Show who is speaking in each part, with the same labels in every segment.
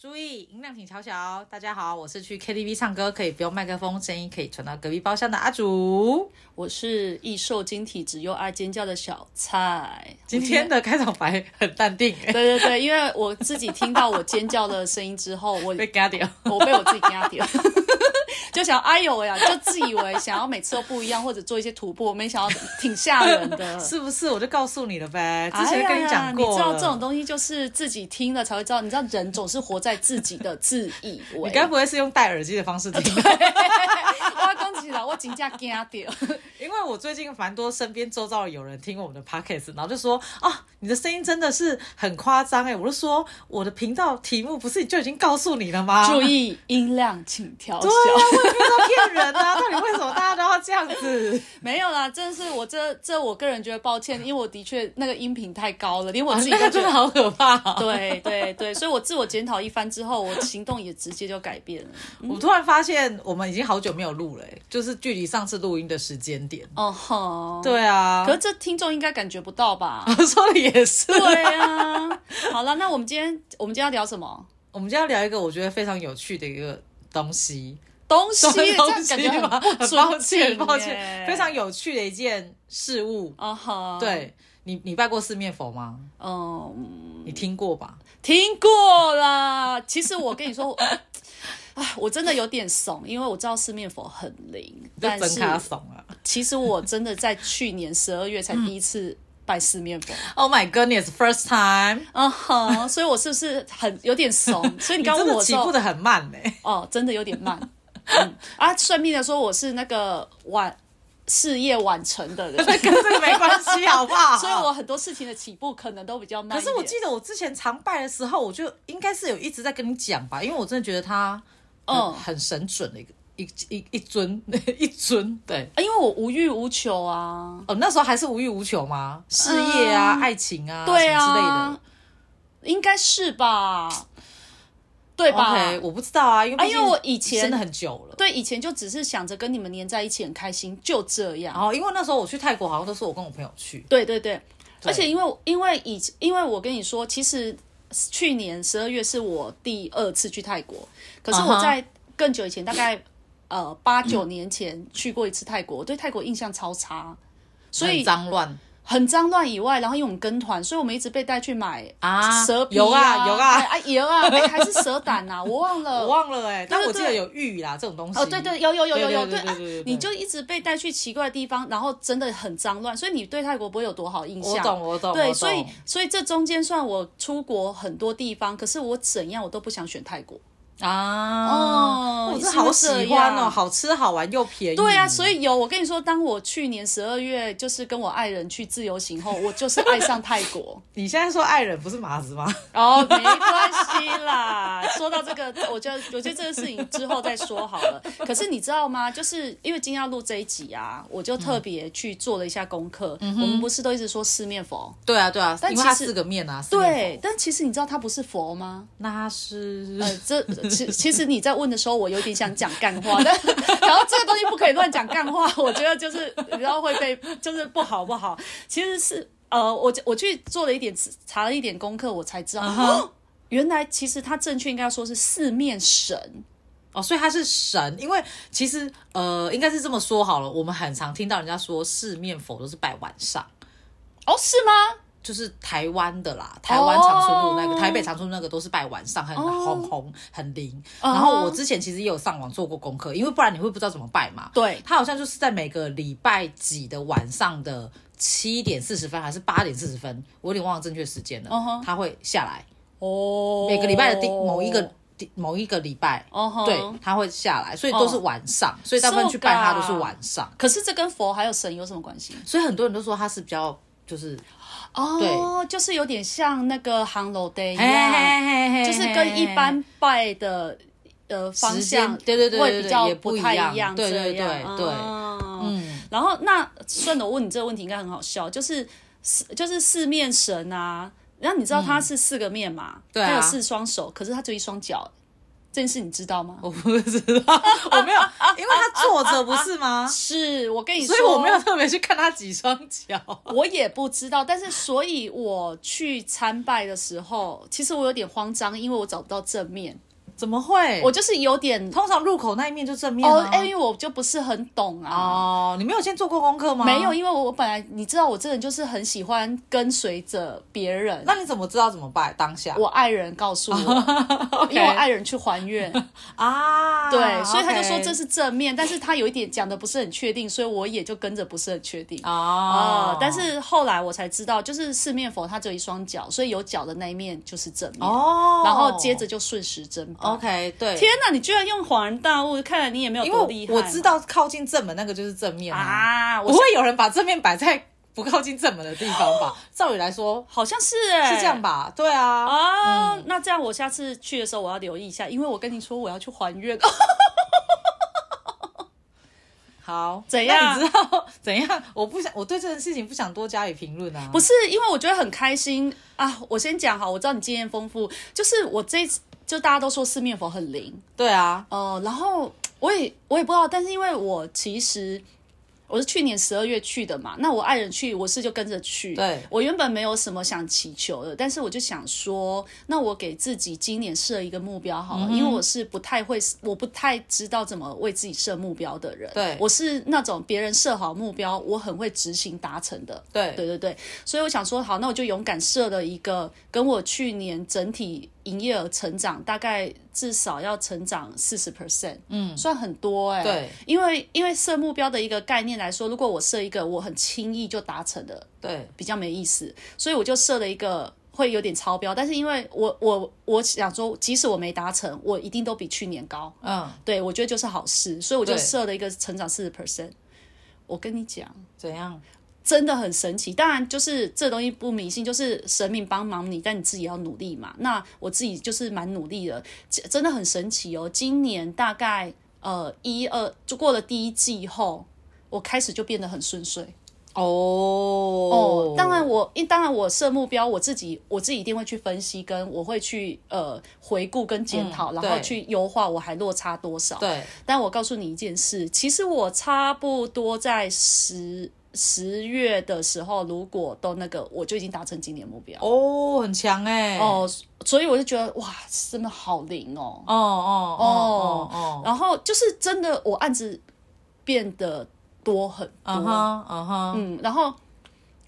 Speaker 1: 注意，音量请调小。哦大家好，我是去 KTV 唱歌可以不用麦克风，声音可以传到隔壁包厢的阿竹。
Speaker 2: 我是易受惊体质又爱尖叫的小蔡。
Speaker 1: 今天的开场白很淡定、 欸，
Speaker 2: 对对对，因为我自己听到我尖叫的声音之后， 我
Speaker 1: 被嘎掉。
Speaker 2: 我被我自己压掉， 就想哎呦喂呀，就自以为想要每次都不一样或者做一些突破，没想到挺吓人 的。
Speaker 1: 是不是？我就告诉你了呗，之
Speaker 2: 哎
Speaker 1: 前
Speaker 2: 呀
Speaker 1: 跟
Speaker 2: 呀
Speaker 1: 讲过了、
Speaker 2: 你知道这种东西就是自己听了才会知道，你知道人总是活在自己的自以为。
Speaker 1: 你该不会是用戴耳机的方式听？
Speaker 2: 我要恭喜了，我真正 惊掉。
Speaker 1: 因为我最近蛮多身边周遭有人听我们的 podcast，然后就说啊，你的声音真的是很夸张哎！我就说我的频道题目不是就已经告诉你了吗？
Speaker 2: 注 意音量，请调小。
Speaker 1: 对啊，我也没有说骗人啊，到底为什么大家都要这样子？
Speaker 2: 没有啦，真的是我这这我个人觉得抱歉，因为我的确那个音频太高了，连 我自己
Speaker 1: 啊 那个
Speaker 2: 都觉
Speaker 1: 真
Speaker 2: 得。
Speaker 1: 的好可怕、哦。
Speaker 2: 对对对，所以我自我检讨一番之后，我行动也直接就改变 了。
Speaker 1: 我突然发现我们已经好久没有录了、欸，就是距离上次录音的时间点。
Speaker 2: 哦吼，，
Speaker 1: 对啊
Speaker 2: 可，是这听众应该感觉不到吧？
Speaker 1: 说的也是。
Speaker 2: 对啊，好了，那我们今天我们今天要聊什么
Speaker 1: 我们今天要聊一个我觉得非常有趣的一个东西。
Speaker 2: 东西？这
Speaker 1: 东
Speaker 2: 样
Speaker 1: 西
Speaker 2: 感觉
Speaker 1: 吗？
Speaker 2: 很不
Speaker 1: 很抱
Speaker 2: 尊
Speaker 1: 歉，
Speaker 2: 敬
Speaker 1: 抱歉，
Speaker 2: 耶
Speaker 1: 非常有趣的一件事物。
Speaker 2: 哦吼，，
Speaker 1: 对你，你拜过四面佛吗？
Speaker 2: 嗯，
Speaker 1: 你听过吧？
Speaker 2: 听过啦。其实我跟你说，我哎，我真的有点怂，因为我知道四面佛很灵，
Speaker 1: 就
Speaker 2: 但
Speaker 1: 整
Speaker 2: 是
Speaker 1: 卡怂啊
Speaker 2: 其实我真的在去年十二月才第一次拜四面佛，
Speaker 1: ！Oh my goodness，first time！
Speaker 2: 嗯哼，所以我是不是很有 点怂？所以你
Speaker 1: 你
Speaker 2: 刚
Speaker 1: 真
Speaker 2: 问
Speaker 1: 的
Speaker 2: 我
Speaker 1: 起
Speaker 2: 说
Speaker 1: 步，的很慢呢、欸
Speaker 2: 哦，真的有点慢。嗯啊，算命的说我是那个晚事业晚成 的人，
Speaker 1: 跟这个没关系，好不好？
Speaker 2: 所以我很多事情的起步可能都比较慢
Speaker 1: 啊可
Speaker 2: 一
Speaker 1: 是
Speaker 2: 点。
Speaker 1: 我记得我之前常拜的时候，我就应该是有一直在跟你讲吧，因为我真的觉得他嗯
Speaker 2: 嗯
Speaker 1: 很神准的一个一一一尊 一尊对。
Speaker 2: 啊因为我无欲无求啊，
Speaker 1: 哦，那时候还是无欲无求吗？事业啊，
Speaker 2: 嗯
Speaker 1: 爱情啊，
Speaker 2: 对
Speaker 1: 什么之类
Speaker 2: 啊
Speaker 1: 的。，
Speaker 2: 应该是吧，对吧
Speaker 1: OK，我不知道啊，因为
Speaker 2: 啊
Speaker 1: 毕竟
Speaker 2: 因为我以前
Speaker 1: 真的很久了。
Speaker 2: 对，以前就只是想着跟你们黏在一起很开心，就这样
Speaker 1: 然。后因为那时候我去泰国，好像都是我跟我朋友去。
Speaker 2: 对对对，而且因为因为以因为我跟你说，其实去年十二月是我第二次去泰国，可是
Speaker 1: 啊
Speaker 2: 我
Speaker 1: 哈
Speaker 2: 在更久以前，大概呃八九年前去过一次泰国，我对泰国印象超差，所
Speaker 1: 很
Speaker 2: 以
Speaker 1: 脏乱
Speaker 2: 很脏乱以外，然后因为我们跟团，所以我们一直被带去买
Speaker 1: 啊
Speaker 2: 蛇皮
Speaker 1: 有啊有啊
Speaker 2: 哎，啊 有啊，哎还是蛇胆啊，我忘了，
Speaker 1: 我忘了哎、但
Speaker 2: 对
Speaker 1: 我记得
Speaker 2: 对
Speaker 1: 有玉啦这种东西。
Speaker 2: 哦，对对，有有有有有，
Speaker 1: 对对
Speaker 2: 对
Speaker 1: 对
Speaker 2: 啊
Speaker 1: 对对对，
Speaker 2: 你就一直被带去奇怪的地方，然后真的很脏乱，所以你对泰国不会有多好印象。
Speaker 1: 我懂我懂我
Speaker 2: 对，所以
Speaker 1: 懂
Speaker 2: 所以这中间算我出国很多地方，可是我怎样我都不想选泰国。
Speaker 1: 啊，
Speaker 2: 哦
Speaker 1: 我
Speaker 2: 你
Speaker 1: 是
Speaker 2: 是不
Speaker 1: 好喜
Speaker 2: 是这
Speaker 1: 欢哦，
Speaker 2: 样
Speaker 1: 好吃好玩又便宜。
Speaker 2: 对啊，所以有我跟你说，当我去年十二月就是跟我爱人去自由行后，我就是爱上泰国。
Speaker 1: 你现在说爱人不是马子吗？
Speaker 2: 哦，没关系啦。 说到这个，我觉得我觉得这个事情之后再说好了。可是你知道吗？就是因为今天要录这一集啊，我就特别去做了一下功课。我们不是都一直说四面佛？
Speaker 1: 对啊，对啊，
Speaker 2: 但
Speaker 1: 因为它
Speaker 2: 其实
Speaker 1: 四个面啊，四面
Speaker 2: 对，但其实你知道它不是佛吗？
Speaker 1: 佛，那是、
Speaker 2: 呃，这其其实你在问的时候，我有点想讲干话，但然后这个东西不可以乱讲干话，我觉得就是你知道会被就是不好不好。其实是呃，我我去做了一点查了一点功课，我才知道、
Speaker 1: 嗯
Speaker 2: 哦原来其实它正确应该要说是四面神。
Speaker 1: 哦，所以它是神，因为其实呃，应该是这么说好了，我们很常听到人家说四面佛都是拜晚上。
Speaker 2: 哦，是吗？
Speaker 1: 就是台湾的啦，台湾长春路那个台北长春路那个都是拜晚上，很红红，很灵。然后我之前其实也有上网做过功课，因为不然你会不知道怎么拜嘛。
Speaker 2: 对，
Speaker 1: 它好像就是在每个礼拜几的晚上的七点四十分还是八点四十分，我有点忘了正确时间了。
Speaker 2: 嗯哼
Speaker 1: 它会下来，
Speaker 2: 哦，
Speaker 1: 每个礼拜的第某一个第某一个礼拜，
Speaker 2: 哦吼
Speaker 1: 对，它会下来，所以都是晚上，所以大部分去拜它哦都是哦晚上，
Speaker 2: 可是这跟佛还有神有什么关系？
Speaker 1: 所以很多人都说它是比较就是
Speaker 2: 哦，就是有点像那个航楼 day 一
Speaker 1: 嘿嘿
Speaker 2: 样，
Speaker 1: 嘿嘿
Speaker 2: 就是跟一般拜的呃方
Speaker 1: 时间
Speaker 2: 向，
Speaker 1: 对对对对
Speaker 2: 会
Speaker 1: 对
Speaker 2: 比较
Speaker 1: 也不一
Speaker 2: 太
Speaker 1: 样对
Speaker 2: 这
Speaker 1: 对对
Speaker 2: 样
Speaker 1: 对
Speaker 2: 啊
Speaker 1: 嗯
Speaker 2: 然后那顺着我问你这个问题，应该很好笑，就是四就是四面神啊，然后你知道它是四个面嘛，
Speaker 1: 对啊
Speaker 2: 它有四双手，可是它只有一双脚，这件事你知道吗？
Speaker 1: 我不知 道，我没有，因为他坐着不是吗？
Speaker 2: 是我跟你说，
Speaker 1: 所以我没有特别去看他几双脚。
Speaker 2: 我也不知道，但是所以我去参拜的时候，其实我有点慌张，因为我找不到正面，
Speaker 1: 怎么会？
Speaker 2: 我就是有点
Speaker 1: 通常入口那一面就正面
Speaker 2: 哦
Speaker 1: 啊，
Speaker 2: 哎、因为我就不是很懂啊。
Speaker 1: 哦，你没有先做过功课吗？
Speaker 2: 没有，。因为我我本来你知道，我这人就是很喜欢跟随着别人。
Speaker 1: 那你怎么知道怎么拜？当下
Speaker 2: 我爱人告诉 我，因为我爱人去还愿，
Speaker 1: 啊，
Speaker 2: 对，所以他就说
Speaker 1: OK
Speaker 2: 这是正面，但是他有一点讲的不是很确定，所以我也就跟着不是很确定。
Speaker 1: 哦
Speaker 2: 哦，，但是后来我才知道，就是四面佛它只有一双脚，所以有脚的那一面就是正面。
Speaker 1: 哦，
Speaker 2: 然后接着就顺时针拜。
Speaker 1: OK 对，
Speaker 2: 天哪，你居然用恍然大悟，看来你也没有
Speaker 1: 因
Speaker 2: 多厉
Speaker 1: 为
Speaker 2: 害嘛。
Speaker 1: 我知道靠近正门那个就是正面啊，
Speaker 2: 啊，
Speaker 1: 不
Speaker 2: 我
Speaker 1: 会有人把正面摆在不靠近正门的地方
Speaker 2: 哦
Speaker 1: 吧？照理来说
Speaker 2: 好像是哎、
Speaker 1: 是这样吧？对啊，
Speaker 2: 啊、那这样我下次去的时候我要留意一下，因为我跟你说我要去还 哦愿。
Speaker 1: 好，
Speaker 2: 怎样
Speaker 1: 那你知道 怎样？我不想，我对这件事情不想多加以评论啊。
Speaker 2: 不是，因为我觉得很开心啊！我先讲好，我知道你经验丰富，就是我这一次就大家都说四面佛很灵，
Speaker 1: 对啊，
Speaker 2: 哦，然后我也我也不知道，但是因为我其实我是去年十二月去的嘛，那我爱人去，我是就跟着去。
Speaker 1: 对
Speaker 2: 我原本没有什么想祈求的，但是我就想说，那我给自己今年设一个目标好了，
Speaker 1: 嗯
Speaker 2: 因为我是不太会，我不太知道怎么为自己设目标的人。
Speaker 1: 对
Speaker 2: 我是那种别人设好目标，我很会执行达成的。
Speaker 1: 对
Speaker 2: 对对对，所以我想说，好，那我就勇敢设了一个跟我去年整体营业额成长大概至少要成长四十 percent，嗯，算很多哎、
Speaker 1: 对，
Speaker 2: 因为因为设目标的一个概念来说，如果我设一个我很轻易就达成的，
Speaker 1: 对
Speaker 2: 比较没意思，所以我就设了一个会有点超标，但是因为我我我想说，即使我没达成，我一定都比去年高，
Speaker 1: 嗯，
Speaker 2: 对我觉得就是好事，所以我就
Speaker 1: 对
Speaker 2: 设了一个成长四十 percent。我跟你讲。
Speaker 1: 怎样？
Speaker 2: 真的很神奇。当然，就是这东西不迷信，就是神明帮忙你，但你自己要努力嘛。那我自己就是蛮努力的，这真的很神奇哦。今年大概呃一二就过了第一季以后，我开始就变得很顺遂
Speaker 1: 哦
Speaker 2: 哦
Speaker 1: 哦。
Speaker 2: 当然我，因当然我设目标，我自己我自己一定会去分析，跟我会去呃回顾跟检讨，
Speaker 1: 嗯
Speaker 2: 然后
Speaker 1: 对
Speaker 2: 去优化我还落差多少。
Speaker 1: 对
Speaker 2: 但我告诉你一件事，其实我差不多在十十月的时候，如果都那个，我就已经达成今年目标。
Speaker 1: 哦，很强哎、
Speaker 2: 哦，所以我就觉得哇，真的好灵哦。
Speaker 1: 哦哦哦哦哦，
Speaker 2: 然后就是真的，我案子变得多很多。
Speaker 1: 嗯哼嗯哼，
Speaker 2: 嗯，然后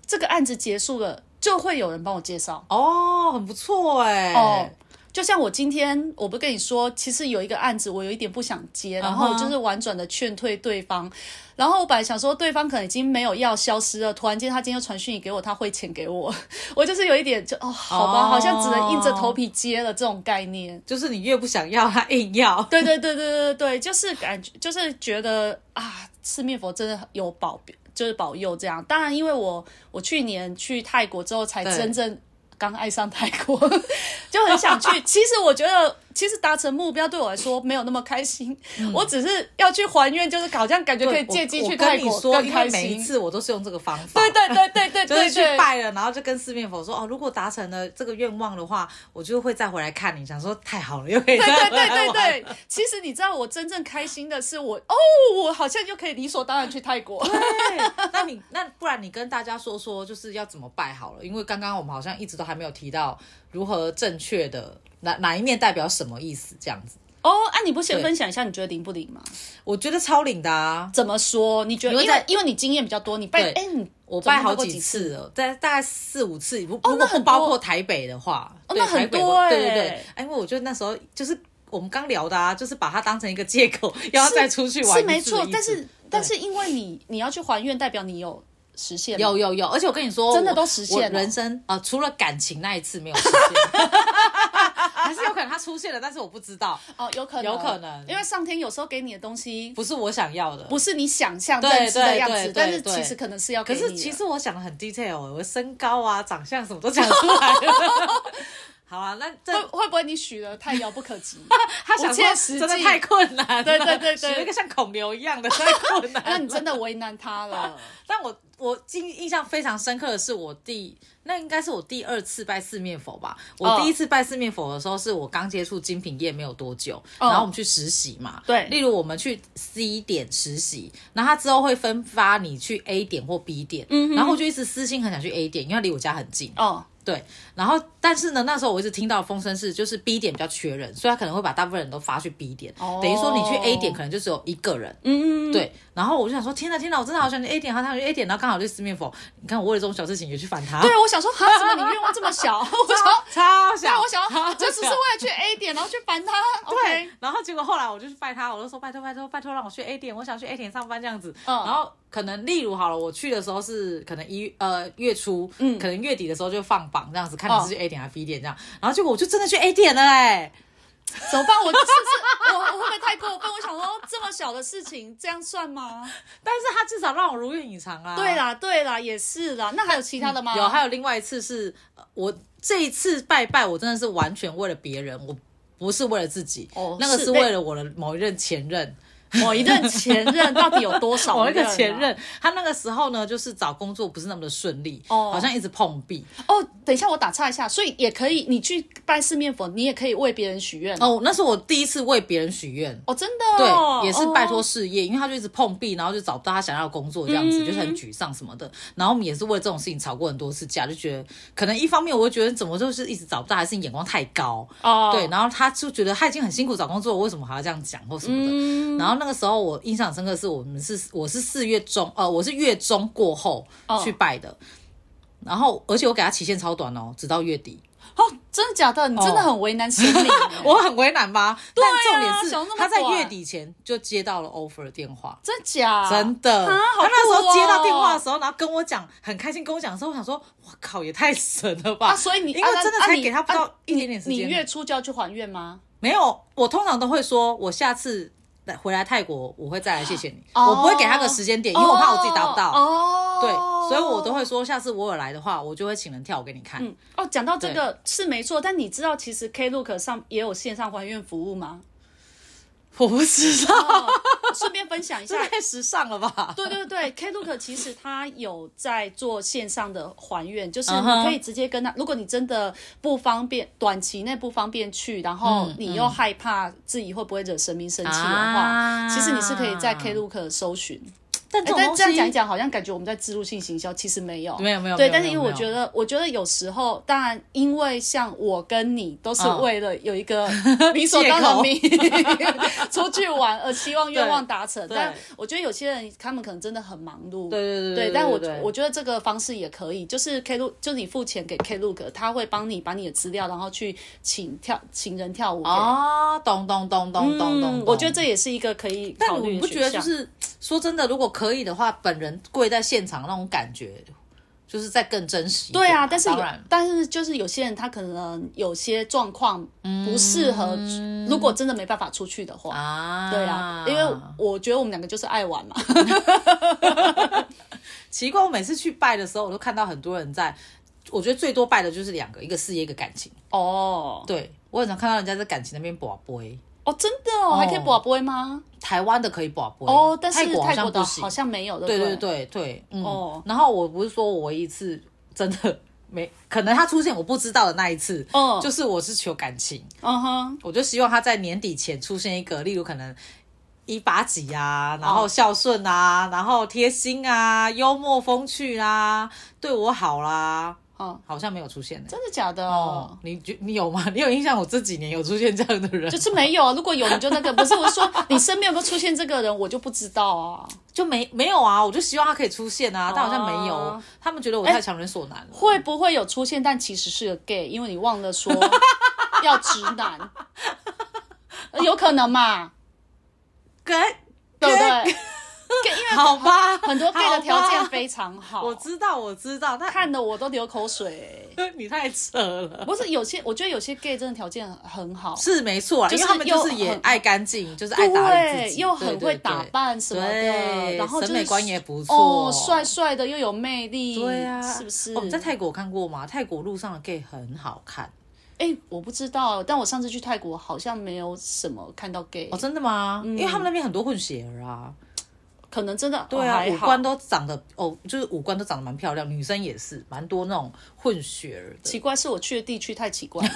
Speaker 2: 这个案子结束了，就会有人帮我介绍。
Speaker 1: 哦，很不错哎、
Speaker 2: 哦，就像我今天，我不跟你说，其实有一个案子，我有一点不想接，然后我就是婉转的劝退对方。然后我本来想说，对方可能已经没有要消失了，突然间他今天又传讯息给我，他汇钱给我， 我就是有一点就哦，好吧，
Speaker 1: 哦
Speaker 2: 好像只能硬着头皮接了这种概念。
Speaker 1: 就是你越不想要，他硬要。
Speaker 2: 对对对对对对，就是感觉，就是觉得啊，四面佛真的有保，就是保佑这样。当然，因为我我去年去泰国之后，才
Speaker 1: 对
Speaker 2: 真正刚爱上泰国， 就很想去。其实我觉得，其实达成目标对我来说没有那么开心，我只是要去还愿，就是好像感觉可以
Speaker 1: 嗯对
Speaker 2: 借机
Speaker 1: 我
Speaker 2: 去
Speaker 1: 我跟
Speaker 2: 泰
Speaker 1: 你
Speaker 2: 国
Speaker 1: 说，
Speaker 2: 更
Speaker 1: 因
Speaker 2: 开
Speaker 1: 为每一
Speaker 2: 心。
Speaker 1: 次我都是用这个方法，
Speaker 2: 对对对对对
Speaker 1: 就是
Speaker 2: 对
Speaker 1: 去
Speaker 2: 对，
Speaker 1: 拜了，然后就跟四面佛说哦，如果达成了这个愿望的话，我就会再回来看你，想说太好了，又可以
Speaker 2: 对
Speaker 1: 再
Speaker 2: 对
Speaker 1: 回来
Speaker 2: 对对
Speaker 1: 玩
Speaker 2: 对，其实你知道，我真正开心的是我哦，我好像就可以理所当然去泰国。
Speaker 1: 对， 那你那不然你跟大家说说，就是要怎么拜好了？因为刚刚我们好像一直都还没有提到如何正确的哪哪一面代表什么意思这样子。
Speaker 2: 哦，啊，你不先
Speaker 1: 对
Speaker 2: 分享一下，你觉得灵不灵吗？
Speaker 1: 我觉得超领的啊，
Speaker 2: 怎么说？你觉得？
Speaker 1: 你会
Speaker 2: 因为
Speaker 1: 在
Speaker 2: 因为你经验比较多，你拜
Speaker 1: 对
Speaker 2: 哎，你
Speaker 1: 我
Speaker 2: 总共
Speaker 1: 拜好
Speaker 2: 拜过
Speaker 1: 几
Speaker 2: 几哦
Speaker 1: 次了，大大概四五次，如、如
Speaker 2: 那
Speaker 1: 果不
Speaker 2: 很
Speaker 1: 包
Speaker 2: 多
Speaker 1: 括台北的话，
Speaker 2: 哦
Speaker 1: 对
Speaker 2: 那很
Speaker 1: 台北
Speaker 2: 多
Speaker 1: 我对
Speaker 2: 欸
Speaker 1: 对对，哎因为我觉得那时候就是我们刚聊的啊，就是把它当成一个借口，要再出去玩
Speaker 2: 是没
Speaker 1: 一次的
Speaker 2: 错
Speaker 1: 意，
Speaker 2: 但
Speaker 1: 思
Speaker 2: 是但是因为你你要去还愿，代表你有实现吗
Speaker 1: 有有有，而且我跟你说，
Speaker 2: 真的
Speaker 1: 我
Speaker 2: 都实现
Speaker 1: 我
Speaker 2: 了
Speaker 1: 人生啊、呃除了感情那一次没有实 现，还是有可能它出现了，但是我不知道，
Speaker 2: 哦，有可能
Speaker 1: 有可能
Speaker 2: 因为上天有时候给你的东西
Speaker 1: 不是我想要的。
Speaker 2: 不是你想象
Speaker 1: 对
Speaker 2: 认知的
Speaker 1: 对
Speaker 2: 样
Speaker 1: 对对，
Speaker 2: 子但是
Speaker 1: 对
Speaker 2: 其实可能是要给
Speaker 1: 可
Speaker 2: 你的。
Speaker 1: 是其实我想的很 detail，欸我的身高啊、长相什么都讲出来了。好啊，那这
Speaker 2: 会会不会你许了太遥不可及？
Speaker 1: 他想
Speaker 2: 不切
Speaker 1: 说
Speaker 2: 实际
Speaker 1: 真的太困难了，
Speaker 2: 对对对对
Speaker 1: 选一个像孔刘一样的太困难了。
Speaker 2: 那你真的为难他 了。
Speaker 1: 但我我印印象非常深刻的是，我第那应该是我第二次拜四面佛吧。
Speaker 2: 哦
Speaker 1: 我第一次拜四面佛的时候，是我刚接触精品业没有多久，
Speaker 2: 哦
Speaker 1: 然后我们去实习嘛。
Speaker 2: 对
Speaker 1: 例如我们去 C 点实习，然后他之后会分发你去 A 点或 B 点，嗯，然后我就一直私心很想去 A 点，因为它离我家很近。
Speaker 2: 哦，
Speaker 1: 对，然后但是呢，那时候我一直听到风声是，就是 B 点比较缺人，所以他可能会把大部分人都发去 B 点，
Speaker 2: 哦
Speaker 1: 等于说你去 A 点可能就只有一个人。
Speaker 2: 嗯，
Speaker 1: 对，然后我就想说，天哪，天哪，我真的好想去 A 点，好想去 A 点，然后刚好就四面佛，你看我为了这种小事情也去烦他，
Speaker 2: 对，我想说，哈，怎么你愿望这么小？ 我想要，
Speaker 1: 超
Speaker 2: 对，啊
Speaker 1: 想，
Speaker 2: 我想要，就只是为
Speaker 1: 想
Speaker 2: 了去 A 点，然后去烦他。
Speaker 1: 对
Speaker 2: OK，，
Speaker 1: 然后结果后来我就去拜他，我就说拜托拜托拜托让我去 A 点，我想去 A 点上班这样子。
Speaker 2: 嗯
Speaker 1: 然后可能例如好了，我去的时候是可能一呃月初，
Speaker 2: 嗯
Speaker 1: 可能月底的时候就放榜这样子，看你
Speaker 2: 哦
Speaker 1: 是去 A 点还是 B 点这样。然后结果我就真的去 A 点了嘞，
Speaker 2: 怎么办？我 就是我，我会不会太过分？我想说，这么小的事情，这样算吗？
Speaker 1: 但是他至少让我如愿以偿啊。
Speaker 2: 对啦，对啦，也是啦。嗯那还有其他的吗？
Speaker 1: 有，还有另外一次是呃我这一次拜拜，我真的是完全为了别人，我不是为了自己，
Speaker 2: 哦
Speaker 1: 那个
Speaker 2: 是
Speaker 1: 是为了我的某一任前任，
Speaker 2: 某一任前任到底有多 少？啊
Speaker 1: 某一个前。任，他那个时候呢，就是找工作不是那么的顺利，
Speaker 2: 哦
Speaker 1: 好像一直碰壁。
Speaker 2: 哦，等一下，我打岔一下，所以也可以，你去拜四面佛，你也可以为别人许愿。
Speaker 1: 哦，那是我第一次为别人许愿。
Speaker 2: 哦，真的
Speaker 1: 对
Speaker 2: 哦，，
Speaker 1: 也是拜托
Speaker 2: 哦
Speaker 1: 事业，因为他就一直碰壁，然后就找不到他想要的工作，这样子、
Speaker 2: 嗯
Speaker 1: 就是很沮丧什么的。然后我们也是为了这种事情吵过很多次架，就觉得可能一方面我会觉得怎么就是一直找不到，还是你眼光太高，
Speaker 2: 哦，
Speaker 1: 对，然后他就觉得他已经很辛苦找工作，为什么还要这样讲或什么的。
Speaker 2: 嗯
Speaker 1: 然后那个时候我印象很深刻是我们是我是四月中，呃，我是月中过后
Speaker 2: 哦
Speaker 1: 去拜的，然后而且我给他期限超短哦，直到月 底。
Speaker 2: 哦，真的假的？你真的很为难神明耶。
Speaker 1: 我很为难吧？对
Speaker 2: 啊
Speaker 1: 但重点
Speaker 2: 想那
Speaker 1: 是
Speaker 2: 么
Speaker 1: 他在
Speaker 2: 短
Speaker 1: 月底前就接到了 offer 的电话。
Speaker 2: 真假？
Speaker 1: 真的，
Speaker 2: 啊好
Speaker 1: 他那时
Speaker 2: 酷哦
Speaker 1: 候接到电话的时候，然后跟我讲，很开心跟我讲的时候，我想说，我靠，也太神了吧！
Speaker 2: 啊，所以你
Speaker 1: 因
Speaker 2: 啊
Speaker 1: 为
Speaker 2: 那
Speaker 1: 真的
Speaker 2: 啊
Speaker 1: 才
Speaker 2: 你
Speaker 1: 给他不到
Speaker 2: 啊
Speaker 1: 一点点时间，
Speaker 2: 你你月初就要去还愿吗？
Speaker 1: 没有，我通常都会说，我下次来回来泰国，我会再来谢谢你。
Speaker 2: 哦
Speaker 1: 我不会给他个时间点，因为我怕我自己达不到。
Speaker 2: 哦，
Speaker 1: 对，所以我都会说，下次我有来的话，我就会请人跳舞给你看。
Speaker 2: 嗯。哦，讲到这个是没错，但你知道其实 Klook 上也有线上还愿服务吗？
Speaker 1: 我不知道，
Speaker 2: 哦顺便分享一下
Speaker 1: 这，太时尚了吧？
Speaker 2: 对对对，Klook 其实它有在做线上的还愿，就是
Speaker 1: 嗯
Speaker 2: 你
Speaker 1: 哼
Speaker 2: 可以直接跟他，如果你真的不方便，短期内不方便去，然后
Speaker 1: 嗯
Speaker 2: 你又害怕自己会不会惹神明生气的话，
Speaker 1: 啊
Speaker 2: 其实你是可以在 Klook 搜寻。
Speaker 1: 但
Speaker 2: 哎
Speaker 1: 这种
Speaker 2: 但
Speaker 1: 东西
Speaker 2: 这样讲一讲，好像感觉我们在植入性行销，其实没有，
Speaker 1: 没有没有
Speaker 2: 对，
Speaker 1: 没有
Speaker 2: 但是因为
Speaker 1: 没有
Speaker 2: 我觉得，我觉得有时候，当然，因为像我跟你都是
Speaker 1: 嗯
Speaker 2: 为了有一个理所当 然名 出去玩而希望愿望达成，
Speaker 1: 对
Speaker 2: 但我觉得有些人他们可能真的很忙碌，
Speaker 1: 对对对
Speaker 2: 对
Speaker 1: 对
Speaker 2: 但我
Speaker 1: 对对
Speaker 2: 我觉得这个方式也可以，就是 K 路，就是你付钱给 K Look，他会帮你把你的资料，然后去请跳请人跳舞给。
Speaker 1: 哦，懂懂懂懂懂
Speaker 2: 嗯
Speaker 1: 懂，，
Speaker 2: 我觉得这也是一个可以
Speaker 1: 但
Speaker 2: 考
Speaker 1: 我
Speaker 2: 虑
Speaker 1: 不
Speaker 2: 的
Speaker 1: 觉
Speaker 2: 选
Speaker 1: 得就
Speaker 2: 项。
Speaker 1: 是说真的，如果可以的话，本人跪在现场那种感觉，就是在更珍惜一点。
Speaker 2: 对啊，但是有
Speaker 1: 当然，
Speaker 2: 但是就是有些人他可能有些状况不适合，如果真的没办法出去的话，
Speaker 1: 嗯啊，
Speaker 2: 对啊，因为我觉得我们两个就是爱 玩嘛，
Speaker 1: 奇怪，我每次去拜的时候，我都看到很多人在，我觉得最多拜的就是两个，一个事业，一个感情。
Speaker 2: 哦
Speaker 1: 对我很常看到人家在感情那边卜杯，
Speaker 2: 哦，真的哦，
Speaker 1: 哦
Speaker 2: 还可以卜杯吗？
Speaker 1: 台湾的可以卜杯，
Speaker 2: 哦，但是
Speaker 1: 泰国好
Speaker 2: 国
Speaker 1: 像
Speaker 2: 的
Speaker 1: 不行
Speaker 2: 好。像没有，
Speaker 1: 对
Speaker 2: 不
Speaker 1: 对对对，嗯。
Speaker 2: 哦
Speaker 1: 然后我不是说我唯一一次真的没，可能他出现我不知道的那一次，
Speaker 2: 嗯
Speaker 1: 就是我是求感情，
Speaker 2: 嗯哼，
Speaker 1: 我就希望他在年底前出现一个，例如可能。一八几啊，然
Speaker 2: 哦
Speaker 1: 后孝顺啊，然后贴心啊，幽默风趣啊，对我好啊啦，
Speaker 2: 哦，
Speaker 1: 好像没有出现呢、
Speaker 2: 真的假的？
Speaker 1: 哦，你觉你有吗？你 有印象我这几年有出现这样的人，
Speaker 2: 就
Speaker 1: 就是
Speaker 2: 没有啊，如果有你就那个，不是我说你身边有没有出现这个人，我就不知道啊。
Speaker 1: 就没没有啊？我就希望他可以出现啊，但好像没有。
Speaker 2: 哦
Speaker 1: 他们觉得我太强人所难了。
Speaker 2: 会不会有出现？但其实是个 gay，因为你忘 了说要直男，有可能嘛？
Speaker 1: 跟
Speaker 2: 对不对？gay 因为
Speaker 1: 哎好 吧，
Speaker 2: 很多 gay 的条件
Speaker 1: 好吧
Speaker 2: 非常 好，
Speaker 1: 我知道，我知道，但
Speaker 2: 看的我都流口水。
Speaker 1: 你太扯 了。
Speaker 2: 不是有些，我觉得有些 gay 真的条件很好，
Speaker 1: 是没错啊，
Speaker 2: 就是
Speaker 1: 因为他们就是
Speaker 2: 又
Speaker 1: 也
Speaker 2: 很
Speaker 1: 爱干净，就是爱打理自
Speaker 2: 对，
Speaker 1: 己，
Speaker 2: 又很会
Speaker 1: 对对对
Speaker 2: 打扮什么的，
Speaker 1: 对
Speaker 2: 然后就是
Speaker 1: 审美观也不错
Speaker 2: 哦，帅帅的又有魅力，
Speaker 1: 对啊，
Speaker 2: 是不是？
Speaker 1: 哦，你在泰国有看过吗？泰国路上的 gay 很好看，
Speaker 2: 哎、我不知道，但我上次去泰国好像没有什么看到 gay，、
Speaker 1: 哦，真的吗？嗯因为他们那边很多混血儿啊，
Speaker 2: 可能真的
Speaker 1: 对啊，
Speaker 2: 哦、
Speaker 1: 五
Speaker 2: 还好
Speaker 1: 官都长得哦，就是五官都长得蛮漂亮，女生也是蛮多那种混血儿的，
Speaker 2: 奇怪，是我去的地区太奇 怪了。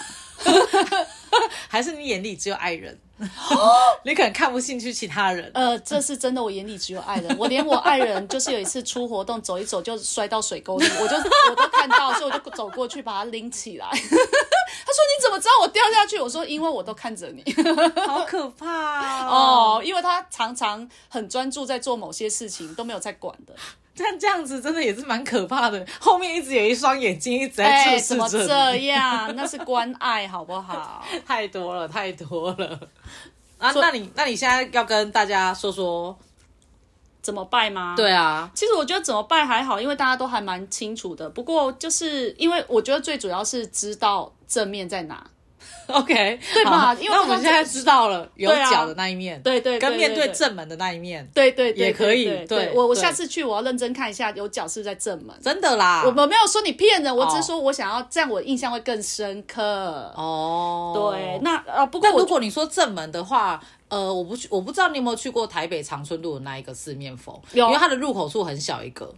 Speaker 1: 还是你眼里只有爱 人，你可能看不进去其他人。
Speaker 2: 呃，这是真的，我眼里只有爱人。我连我爱人，就是有一次出活动走一走就摔到水沟里，我就我都看到，所以我就走过去把他拎起来。他 说：“你怎么知道我掉下去？”我说：“因为我都看着你。
Speaker 1: 好可怕” 哦！
Speaker 2: 哦，因为他常常很专注在做某些事情，都没有在管 的。
Speaker 1: 但这样子真的也是蛮可怕的，后面一直有一双眼睛一直在
Speaker 2: 哎、
Speaker 1: 注视
Speaker 2: 怎么
Speaker 1: 着你，
Speaker 2: 这样？那是关爱，好不好？
Speaker 1: 太多了，太多了。啊，
Speaker 2: 所以
Speaker 1: 那你那你现在要跟大家说说，
Speaker 2: 怎么拜吗？
Speaker 1: 对啊，
Speaker 2: 其实我觉得怎么办还好，因为大家都还蛮清楚的。不过就是因为我觉得最主要是知道正面在哪。
Speaker 1: OK，
Speaker 2: 对吧
Speaker 1: 好
Speaker 2: 因为
Speaker 1: 那我
Speaker 2: 不然
Speaker 1: 们现在知道了有
Speaker 2: 对啊
Speaker 1: 脚的那一面，
Speaker 2: 对对对
Speaker 1: 跟面
Speaker 2: 对
Speaker 1: 对正门的那一面，
Speaker 2: 对对对，
Speaker 1: 也可以
Speaker 2: 对
Speaker 1: 对
Speaker 2: 我我
Speaker 1: 对
Speaker 2: 下次去我要认真看一下有脚是不是在正门。
Speaker 1: 真的啦。
Speaker 2: 我们没有说你骗人，我只是
Speaker 1: 哦
Speaker 2: 说我想要这样，我印象会更深刻。
Speaker 1: 哦，
Speaker 2: 对，。那呃，不过
Speaker 1: 但
Speaker 2: 我
Speaker 1: 如果你说正门的话，呃，我不去，我不知道你有没有去过台北长春路的那一个四面佛，
Speaker 2: 有
Speaker 1: 因为它的入口处很小一 个。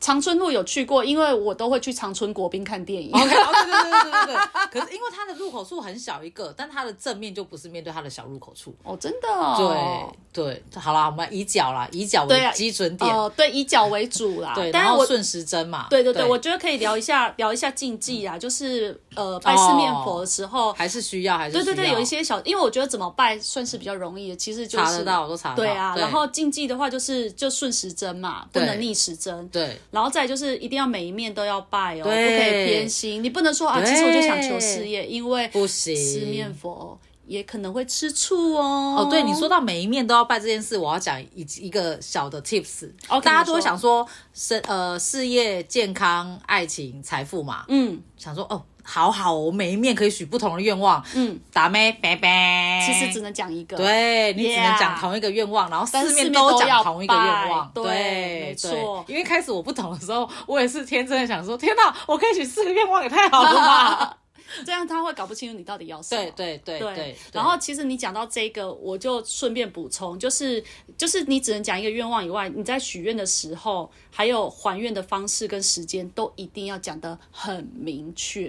Speaker 2: 长春路有去过，因为我都会去长春国宾看电影。
Speaker 1: OK，哦对对对对对对。 可是因为它的入口处很小一个，但它的正面就不是面对它的小入口处。
Speaker 2: 哦，真的、哦
Speaker 1: 对。对，好啦，我们以脚啦，以脚
Speaker 2: 对
Speaker 1: 为
Speaker 2: 啊
Speaker 1: 基准点，
Speaker 2: 哦、对，以脚为主啦。
Speaker 1: 对，
Speaker 2: 但
Speaker 1: 然
Speaker 2: 是
Speaker 1: 后
Speaker 2: 我
Speaker 1: 顺时针嘛。
Speaker 2: 对对对，我觉得可以聊 一下聊一下禁忌
Speaker 1: 嗯
Speaker 2: 啊，就是呃拜
Speaker 1: 哦
Speaker 2: 四面佛的时候，
Speaker 1: 还是需要，还是
Speaker 2: 对对
Speaker 1: 哦需
Speaker 2: 对，
Speaker 1: 要
Speaker 2: 有一些小，因为我觉得怎么拜算是比较容易的，其实就是
Speaker 1: 查得到，我都查得到。
Speaker 2: 对啊，然后禁忌的话就是就顺时针嘛，不
Speaker 1: 对
Speaker 2: 能逆时针。
Speaker 1: 对。
Speaker 2: 然后再来就是一定要每一面都要拜哦，不可
Speaker 1: 对
Speaker 2: 以偏心。你不能说啊，
Speaker 1: 对
Speaker 2: 其实我就想求事业，因为
Speaker 1: 不行，
Speaker 2: 四面佛也可能会吃醋哦。
Speaker 1: 哦，对，你说到每一面都要拜这件事，我要讲一一个小的 tips。
Speaker 2: OK，
Speaker 1: 哦大
Speaker 2: 你
Speaker 1: 家
Speaker 2: 说
Speaker 1: 都会想说，是呃事业、健康、爱情、财富嘛，
Speaker 2: 嗯，
Speaker 1: 想说哦，好好哦，我每一面可以许不同的愿望。
Speaker 2: 嗯，
Speaker 1: 打咩拜拜。
Speaker 2: 其实只能讲一个。
Speaker 1: 哎对 你只
Speaker 2: Yeah
Speaker 1: 能讲同一个愿望，然后
Speaker 2: 但
Speaker 1: 四
Speaker 2: 四面
Speaker 1: 面
Speaker 2: 都要
Speaker 1: 讲同一个愿望
Speaker 2: 拜。对没
Speaker 1: 对，
Speaker 2: 错
Speaker 1: 对因为开始我不懂的时候，我也是天真的想说，天哪，我可以许四个愿望也太好了 吧？
Speaker 2: 这样他会搞不清楚你到底要什么。
Speaker 1: 对对对
Speaker 2: 对
Speaker 1: 对。
Speaker 2: 然后其实你讲到这个，我就顺便补充，就是就是你只能讲一个愿望以外，你在许愿的时候，还有还愿的方式跟时间，都一定要讲得很明确。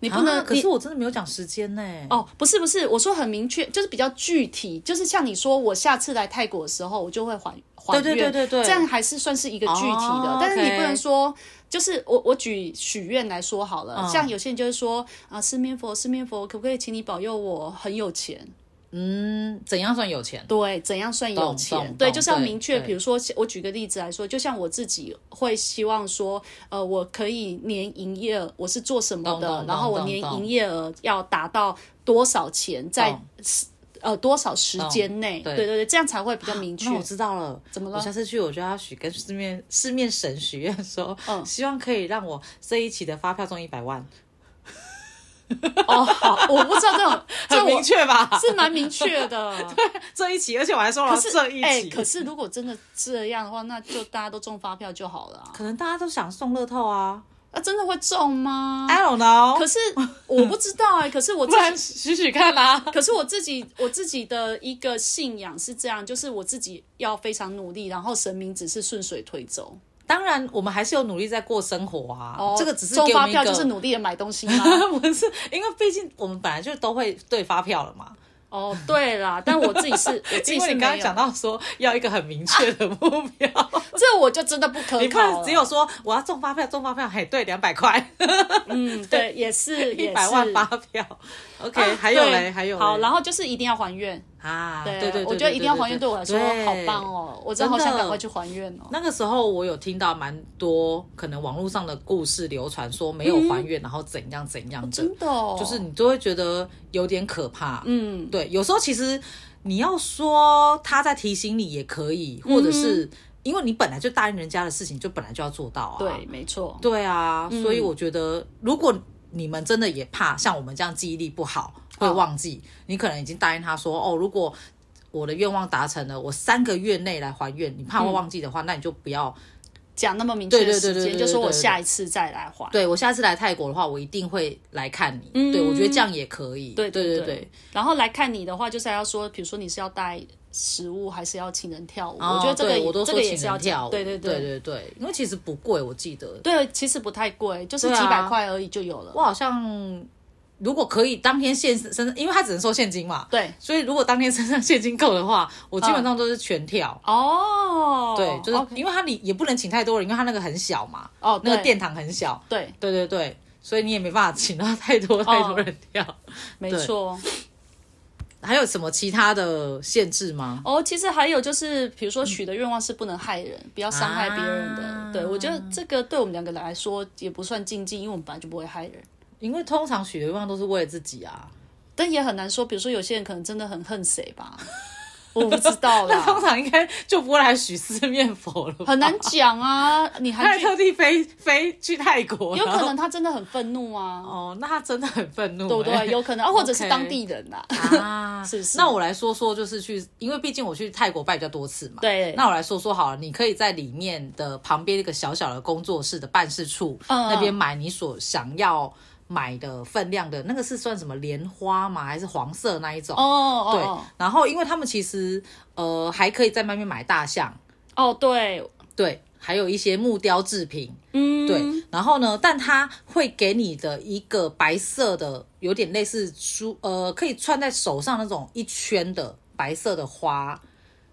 Speaker 2: 你
Speaker 1: 你
Speaker 2: 不能，
Speaker 1: 啊可
Speaker 2: 你
Speaker 1: 是我真的没有讲时间呢。
Speaker 2: 哦，不是不是，我说很明确，就是比较具体，就是像你说，我下次来泰国的时候，我就会还还愿，
Speaker 1: 对对对对对
Speaker 2: 这样还是算是一个具体的，
Speaker 1: 哦
Speaker 2: 但是你
Speaker 1: OK 嗯
Speaker 2: 不能说，就是我我举许愿来说好了，像有些人就是说啊，四面佛，四面佛，可不可以请你保佑我很有钱？
Speaker 1: 嗯，怎样算有钱？
Speaker 2: 对，怎样算有
Speaker 1: 懂
Speaker 2: 钱？
Speaker 1: 懂
Speaker 2: 对，
Speaker 1: 懂
Speaker 2: 就是要
Speaker 1: 对
Speaker 2: 明确。
Speaker 1: 对
Speaker 2: 比如说，我举个例子来说，就像我自己会希望说，呃，我可以年营业额我是做什么
Speaker 1: 懂懂
Speaker 2: 的，
Speaker 1: 懂
Speaker 2: 然后我
Speaker 1: 懂
Speaker 2: 年
Speaker 1: 懂
Speaker 2: 营业额要达到多少钱，在
Speaker 1: 懂
Speaker 2: 呃多少时间内？对
Speaker 1: 对啊
Speaker 2: 对对，这样才会比较明确
Speaker 1: 那。我知道了，
Speaker 2: 怎么了
Speaker 1: 我下次去我就要许跟市面市面神许愿说，
Speaker 2: 嗯
Speaker 1: 希望可以让我这一期的发票中一百万，
Speaker 2: 哦，好，我不知道这种，这
Speaker 1: 很
Speaker 2: 我
Speaker 1: 明确吧？
Speaker 2: 是蛮明确 的。
Speaker 1: 这一期，而且我还说
Speaker 2: 可
Speaker 1: 了
Speaker 2: 是
Speaker 1: 这一期。
Speaker 2: 哎，可是如果真的这样的话，那就大家都中发票就好了啊。
Speaker 1: 可能大家都想送乐透啊
Speaker 2: 那真的会中吗？
Speaker 1: ，I don't know，
Speaker 2: 啊可是我不知道哎，可是我自
Speaker 1: 不
Speaker 2: 己
Speaker 1: 然许许看啊。
Speaker 2: 可是我自己我自己的一个信仰是这样，就是我自己要非常努力，然后神明只是顺水推舟。
Speaker 1: 当然，我们还是有努力在过生活啊，
Speaker 2: 哦，
Speaker 1: 这个只是
Speaker 2: 中
Speaker 1: 给我
Speaker 2: 发
Speaker 1: 们一
Speaker 2: 票
Speaker 1: 个，
Speaker 2: 就是努力的啊买东西吗？
Speaker 1: 不是因为毕竟我们本来就都会对发票了嘛。
Speaker 2: 哦，对啦，但我自己是，我自己
Speaker 1: 因为你
Speaker 2: 是没
Speaker 1: 刚刚
Speaker 2: 有
Speaker 1: 讲，到说要一个很明确的目 标，
Speaker 2: 这我就真的不可
Speaker 1: 你
Speaker 2: 考
Speaker 1: 怕
Speaker 2: 了。
Speaker 1: 只有说我要中发票，中发票，嘿，对，两百块，
Speaker 2: 嗯，对，也是
Speaker 1: 一
Speaker 2: 也
Speaker 1: 百
Speaker 2: 是
Speaker 1: 万发 票。OK，、
Speaker 2: 啊
Speaker 1: 还有
Speaker 2: 对
Speaker 1: 嘞，还有嘞
Speaker 2: 好，然后就是一定要还愿。
Speaker 1: 啊，对对对，
Speaker 2: 我觉得一定要还愿，对我来说好棒。
Speaker 1: 对
Speaker 2: 哦，我真的好想赶快去还愿哦。
Speaker 1: 那个时候我有听到蛮多可能网络上的故事流传，说没有还愿，然后怎样怎样的，
Speaker 2: 嗯真的哦，
Speaker 1: 就是你就会觉得有点可怕。
Speaker 2: 嗯，
Speaker 1: 对，有时候其实你要说他在提醒你也可以，或者是因为你本来就答应人家的事情，就本来就要做到啊。
Speaker 2: 嗯对，没错。
Speaker 1: 对啊，所以
Speaker 2: 嗯
Speaker 1: 我觉得，如果你们真的也怕像我们这样记忆力不好会
Speaker 2: 嗯
Speaker 1: 忘记，你可能已经答应他说，哦，如果
Speaker 2: 嗯
Speaker 1: 我的愿望达成了，我三个月内来还愿，你怕会忘记的话，那你就不要
Speaker 2: 讲那么明确的
Speaker 1: 对对
Speaker 2: 时
Speaker 1: 对对
Speaker 2: 间，
Speaker 1: 对
Speaker 2: 就说
Speaker 1: 对
Speaker 2: 我
Speaker 1: 对
Speaker 2: 下一次再来还。
Speaker 1: 对我下次来泰国的话，我一定会来看你。对我觉得这样也可以。
Speaker 2: 嗯对
Speaker 1: 对
Speaker 2: 对
Speaker 1: 对
Speaker 2: 然后来看你的话，就是还要说，比如说你是要带食物，还是要请人跳舞？
Speaker 1: 哦
Speaker 2: 我觉得这
Speaker 1: 对
Speaker 2: 个
Speaker 1: 我都
Speaker 2: 也这
Speaker 1: 说
Speaker 2: 个也
Speaker 1: 请
Speaker 2: 是要
Speaker 1: 人跳
Speaker 2: 讲
Speaker 1: 舞。
Speaker 2: 对对
Speaker 1: 对
Speaker 2: 对
Speaker 1: 对对，因为其实不贵，我记得
Speaker 2: 对，其实不太贵，就是
Speaker 1: 对
Speaker 2: 几
Speaker 1: 啊
Speaker 2: 百块而已就有了。
Speaker 1: 我好像如果可以当天现身，因为他只能收现金嘛，
Speaker 2: 对，
Speaker 1: 所以如果当天身上现金够的话，我基本上都是全跳。
Speaker 2: 嗯哦，
Speaker 1: 对，就是
Speaker 2: OK
Speaker 1: 因为他你也不能请太多人，因为他那个很小嘛，
Speaker 2: 哦，
Speaker 1: 那个
Speaker 2: 对
Speaker 1: 殿堂很小。
Speaker 2: 对，
Speaker 1: 对对对，所以你也没办法请到太多太多人跳。
Speaker 2: 没
Speaker 1: 对
Speaker 2: 错。
Speaker 1: 还有什么其他的限制吗？
Speaker 2: 哦，其实还有就是，比如说许的愿望是不能害人，不要伤害别人的。
Speaker 1: 啊
Speaker 2: 对我觉得这个对我们两个来说也不算禁忌，因为我们本来就不会害人。
Speaker 1: 因为通常许的愿望都是为了自己啊。
Speaker 2: 但也很难说，比如说有些人可能真的很恨谁 吧，我不知道
Speaker 1: 那通
Speaker 2: 啦，
Speaker 1: 常应该就不会来许四面佛了吧，
Speaker 2: 啊很难 讲啊。你
Speaker 1: 他
Speaker 2: 还
Speaker 1: 还
Speaker 2: 去，
Speaker 1: 特地飞飞去泰国，
Speaker 2: 有
Speaker 1: 然
Speaker 2: 可
Speaker 1: 后
Speaker 2: 能他真的很愤怒啊，
Speaker 1: 哦，那他真的很愤怒、欸，
Speaker 2: 对不对？有可能啊，或者是
Speaker 1: OK
Speaker 2: 当地人啊。
Speaker 1: 啊，
Speaker 2: 是不是
Speaker 1: 那我来说说，就是去，因为毕竟我去泰国拜比较多次嘛。
Speaker 2: 对
Speaker 1: 那我来说说好了，你可以在里面的旁边一个小小的工作室的办事处、
Speaker 2: 嗯
Speaker 1: 那边买你所想要买的分量的那个是算什么莲花吗？还是黄色那一种？
Speaker 2: 哦
Speaker 1: 对
Speaker 2: 哦，
Speaker 1: 然后因为他们其实呃还可以在外面买大象，
Speaker 2: 哦，哦对，
Speaker 1: 对，还有一些木雕制品，
Speaker 2: 嗯，
Speaker 1: 对，然后呢，但它会给你的一个白色的，有点类似书，呃，可以穿在手上那种一圈的白色的花，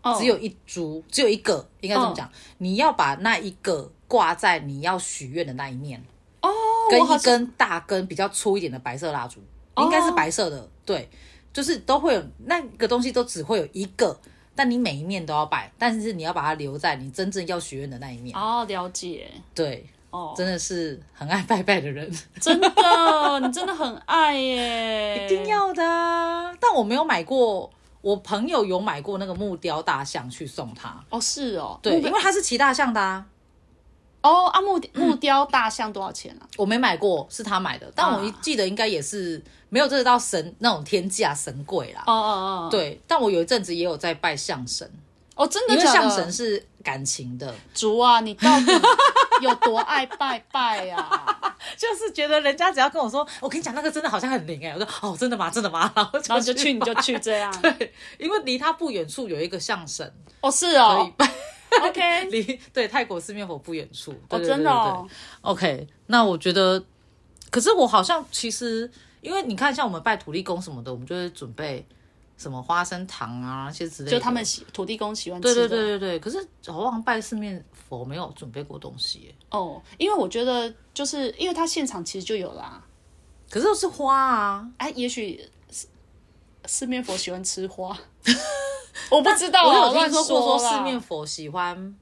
Speaker 2: 哦，
Speaker 1: 只有一株，只有一个，应该这么讲，你要把那一个挂在你要许愿的那一面，
Speaker 2: 哦，
Speaker 1: 跟
Speaker 2: 我好
Speaker 1: 一
Speaker 2: 像
Speaker 1: 根大根比较粗一点的白色蜡烛，
Speaker 2: 哦
Speaker 1: 应该是白色的，对，就是都会有那个东西都只会有一个，但你每一面都要摆，但是你要把它留在你真正要许愿的那一面，
Speaker 2: 哦了解
Speaker 1: 对，
Speaker 2: 哦，
Speaker 1: 真的是很爱拜拜的人。
Speaker 2: 真的， 你真的很爱耶，
Speaker 1: 一定要的啊！但我没有买过，我朋友有买过那个木雕大象去送他。
Speaker 2: 哦，是哦，
Speaker 1: 对，
Speaker 2: 木
Speaker 1: 因为他是骑大象的啊，
Speaker 2: 哦啊 木木雕大象多少钱啊？
Speaker 1: 我没买过，是他买的。但我一记得应该也是没有这到神那种天价神贵啦。
Speaker 2: 哦哦哦，，
Speaker 1: 对，但我有一阵子也有在拜象神，
Speaker 2: 哦真
Speaker 1: 因
Speaker 2: 的
Speaker 1: 为
Speaker 2: 假
Speaker 1: 象
Speaker 2: 的？
Speaker 1: 神是感情的，
Speaker 2: 竹啊，你到底有多爱拜拜呀、啊？
Speaker 1: 就是觉得人家只要跟我说，哦我跟你讲那个真的好像很灵哎、我说哦，真的吗？真的吗？ 然 后就
Speaker 2: 然后你就去，你就
Speaker 1: 拜
Speaker 2: 去这样。
Speaker 1: 对，因为离他不远处有一个象神
Speaker 2: 哦，是
Speaker 1: 可以
Speaker 2: 哦
Speaker 1: 拜，
Speaker 2: ，OK，
Speaker 1: 离对泰国四面佛不远处。对
Speaker 2: 哦，
Speaker 1: 对
Speaker 2: 真
Speaker 1: 对对对
Speaker 2: 的哦，
Speaker 1: OK，那我觉得，可是我好像其实，因为你看，像我们拜土地公什么的，我们就会准备什么花生糖啊那些之类的。
Speaker 2: 就他们喜土地公喜欢吃
Speaker 1: 对
Speaker 2: 的。
Speaker 1: 对对对对，可是好像拜四面佛没有准备过东西耶，
Speaker 2: 哦，因为我觉得就是因为他现场其实就有啦，
Speaker 1: 可是都是花啊，
Speaker 2: 哎、也许四四面佛喜欢吃花， 我不知道
Speaker 1: 我
Speaker 2: 啊，
Speaker 1: 有听
Speaker 2: 乱
Speaker 1: 说过
Speaker 2: 说
Speaker 1: 说
Speaker 2: 啦
Speaker 1: 四面佛喜欢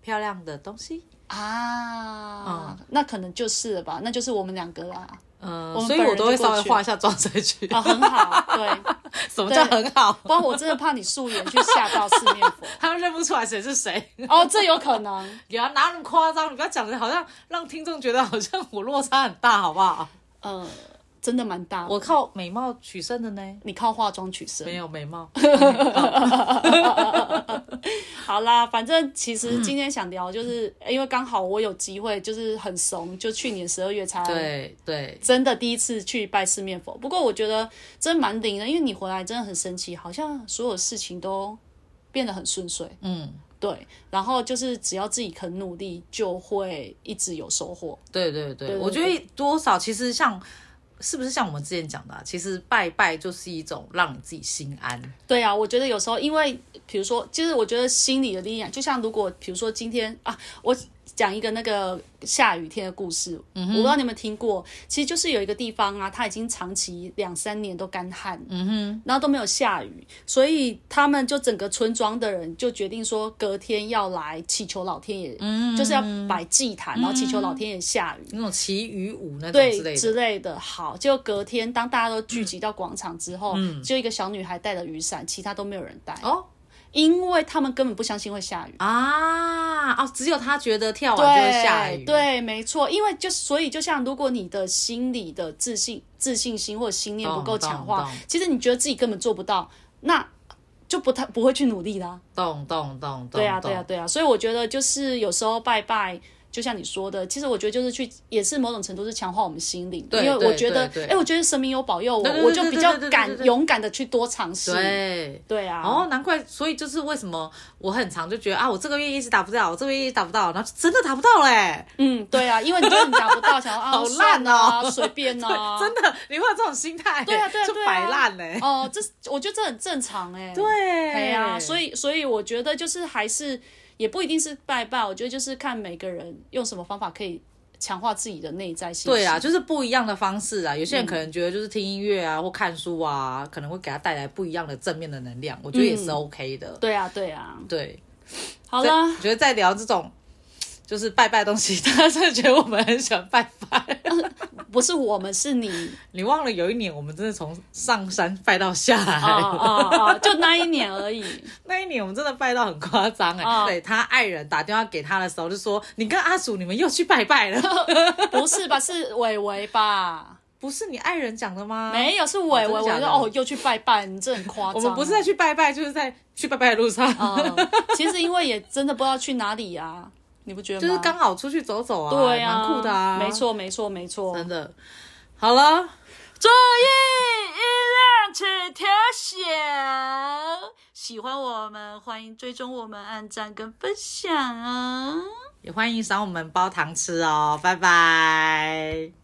Speaker 1: 漂亮的东西，
Speaker 2: 啊，那可能就是了吧，那就是我们两个啦，
Speaker 1: 嗯、
Speaker 2: 我们
Speaker 1: 所以
Speaker 2: 本
Speaker 1: 我
Speaker 2: 人
Speaker 1: 都会
Speaker 2: 就过
Speaker 1: 稍微
Speaker 2: 去
Speaker 1: 画一下妆再去。
Speaker 2: 啊，很好，对，
Speaker 1: 什么叫
Speaker 2: 对
Speaker 1: 很好？
Speaker 2: 不然我真的怕你素颜去吓到四面佛。
Speaker 1: 他们认不出来谁是谁，
Speaker 2: 哦，这有可能。
Speaker 1: 不要拿那么夸张，你不要讲的好像让听众觉得好像我落差很大，好不好？
Speaker 2: 呃，真的蛮大。
Speaker 1: 我靠美貌取胜的呢？
Speaker 2: 你靠化妆取胜。
Speaker 1: 没有美貌，
Speaker 2: 好啦，反正其实
Speaker 1: 嗯
Speaker 2: 今天想聊，就是、因为刚好我有机会，就是很怂，就去年十二月 才
Speaker 1: 对对，
Speaker 2: 真的第一次去拜四面佛。不过我觉得真蛮灵的，因为你回来真的很神奇，好像所有事情都变得很顺遂。
Speaker 1: 嗯，
Speaker 2: 对，然后就是只要自己肯努力，就会一直有收获。
Speaker 1: 对对对，
Speaker 2: 对
Speaker 1: 我觉得多少其实像。是不是像我们之前讲的、啊，其实拜拜就是一种让你自己心安。
Speaker 2: 对啊，我觉得有时候因为，比如说，就是我觉得心理的力量，就像如果比如说今天啊，我讲一个那个下雨天的故事，我不知道你有没有听过，其实就是有一个地方啊，它已经长期两三年都干旱，嗯哼，然后都没有下雨，所以他们就整个村庄的人就决定说，隔天要来祈求老天爷，嗯，就是要摆祭坛，然后祈求老天爷下雨。
Speaker 1: 那种祈雨舞那种
Speaker 2: 对
Speaker 1: 之类的，
Speaker 2: 之类的。好，就隔天当大家都聚集到广场之后，就一个小女孩带了雨伞，其他都没有人带。
Speaker 1: 嗯哦
Speaker 2: 因为他们根本不相信会下雨。
Speaker 1: 啊哦，只有他觉得跳完哦就会下
Speaker 2: 对
Speaker 1: 雨，
Speaker 2: 对，没错，因为就所以就像如果你的心理的自信、自信心或者信念不够强
Speaker 1: 懂
Speaker 2: 化
Speaker 1: 懂懂，
Speaker 2: 其实你觉得自己根本做不到，那就不太不会去努力啦、
Speaker 1: 懂懂懂懂，
Speaker 2: 对啊，对啊，
Speaker 1: 懂，
Speaker 2: 对啊，所以我觉得就是有时候拜拜，就像你说的，其实我觉得就是去，也是某种程度是强化我们心灵的，
Speaker 1: 对
Speaker 2: 因为我
Speaker 1: 对
Speaker 2: 觉得
Speaker 1: 对，对
Speaker 2: 哎，我觉得神明有保佑我
Speaker 1: 对对，对
Speaker 2: 我就比较
Speaker 1: 对对对对对
Speaker 2: 敢
Speaker 1: 对
Speaker 2: 勇敢的去多尝试。
Speaker 1: 对。
Speaker 2: 对啊，
Speaker 1: 哦，难怪，所以就是为什么我很常就觉得啊，我这个月一直达不到，我这个月一直达不到，然后真的达不到嘞、欸
Speaker 2: 嗯，对啊，因为你就很达不到，想说啊，
Speaker 1: 好烂
Speaker 2: 算了啊
Speaker 1: 哦
Speaker 2: 随便啊，
Speaker 1: 真的，你会有这种心态、
Speaker 2: 对啊，对啊，
Speaker 1: 就
Speaker 2: 对啊
Speaker 1: 摆烂欸嘞、
Speaker 2: 哦，这是我觉得这很正常哎。
Speaker 1: 对，啊
Speaker 2: 对呀、所
Speaker 1: 以
Speaker 2: 以所以我觉得就是还是也不一定是拜拜，我觉得就是看每个人用什么方法可以强化自己的内在信心。
Speaker 1: 对啊，就是不一样的方式啊。有些人可能觉得就是听音乐啊或看书啊，可能会给他带来不一样的正面的能量，我觉得也是
Speaker 2: 嗯
Speaker 1: OK 的。
Speaker 2: 对啊，对啊。
Speaker 1: 对，
Speaker 2: 好
Speaker 1: 所以
Speaker 2: 啦，
Speaker 1: 我觉得在聊这种就是拜拜的东西，大家真的觉得我们很喜欢拜 拜。
Speaker 2: 不是我们是你
Speaker 1: 你忘了有一年我们真的从上山拜到下来
Speaker 2: 啊啊啊！就那一年而已。
Speaker 1: 那一年我们真的拜到很夸张哎、
Speaker 2: 哦
Speaker 1: 对他爱人打电话给他的时候就说：“你跟阿鼠你们又去拜拜了，
Speaker 2: 不是吧？是伟伟吧？
Speaker 1: 不是你爱人讲的吗？”
Speaker 2: 没有，是伟伟。
Speaker 1: 哦
Speaker 2: 我
Speaker 1: 真的假
Speaker 2: 说
Speaker 1: 的
Speaker 2: 哦，又去拜拜，你这很夸张。
Speaker 1: 我们不是在去拜拜，就是在去拜拜的路上，
Speaker 2: 嗯，其实因为也真的不知道去哪里啊，你不觉得
Speaker 1: 就
Speaker 2: 吗？
Speaker 1: 是刚好出去走走啊，
Speaker 2: 对啊，
Speaker 1: 蛮酷的啊，
Speaker 2: 没，错，没错，没错。
Speaker 1: 真的。好了，
Speaker 2: 注意音量，请调小。喜欢我们，欢迎追踪我们、按赞跟分享啊。
Speaker 1: 也欢迎赏我们包糖吃哦，拜拜。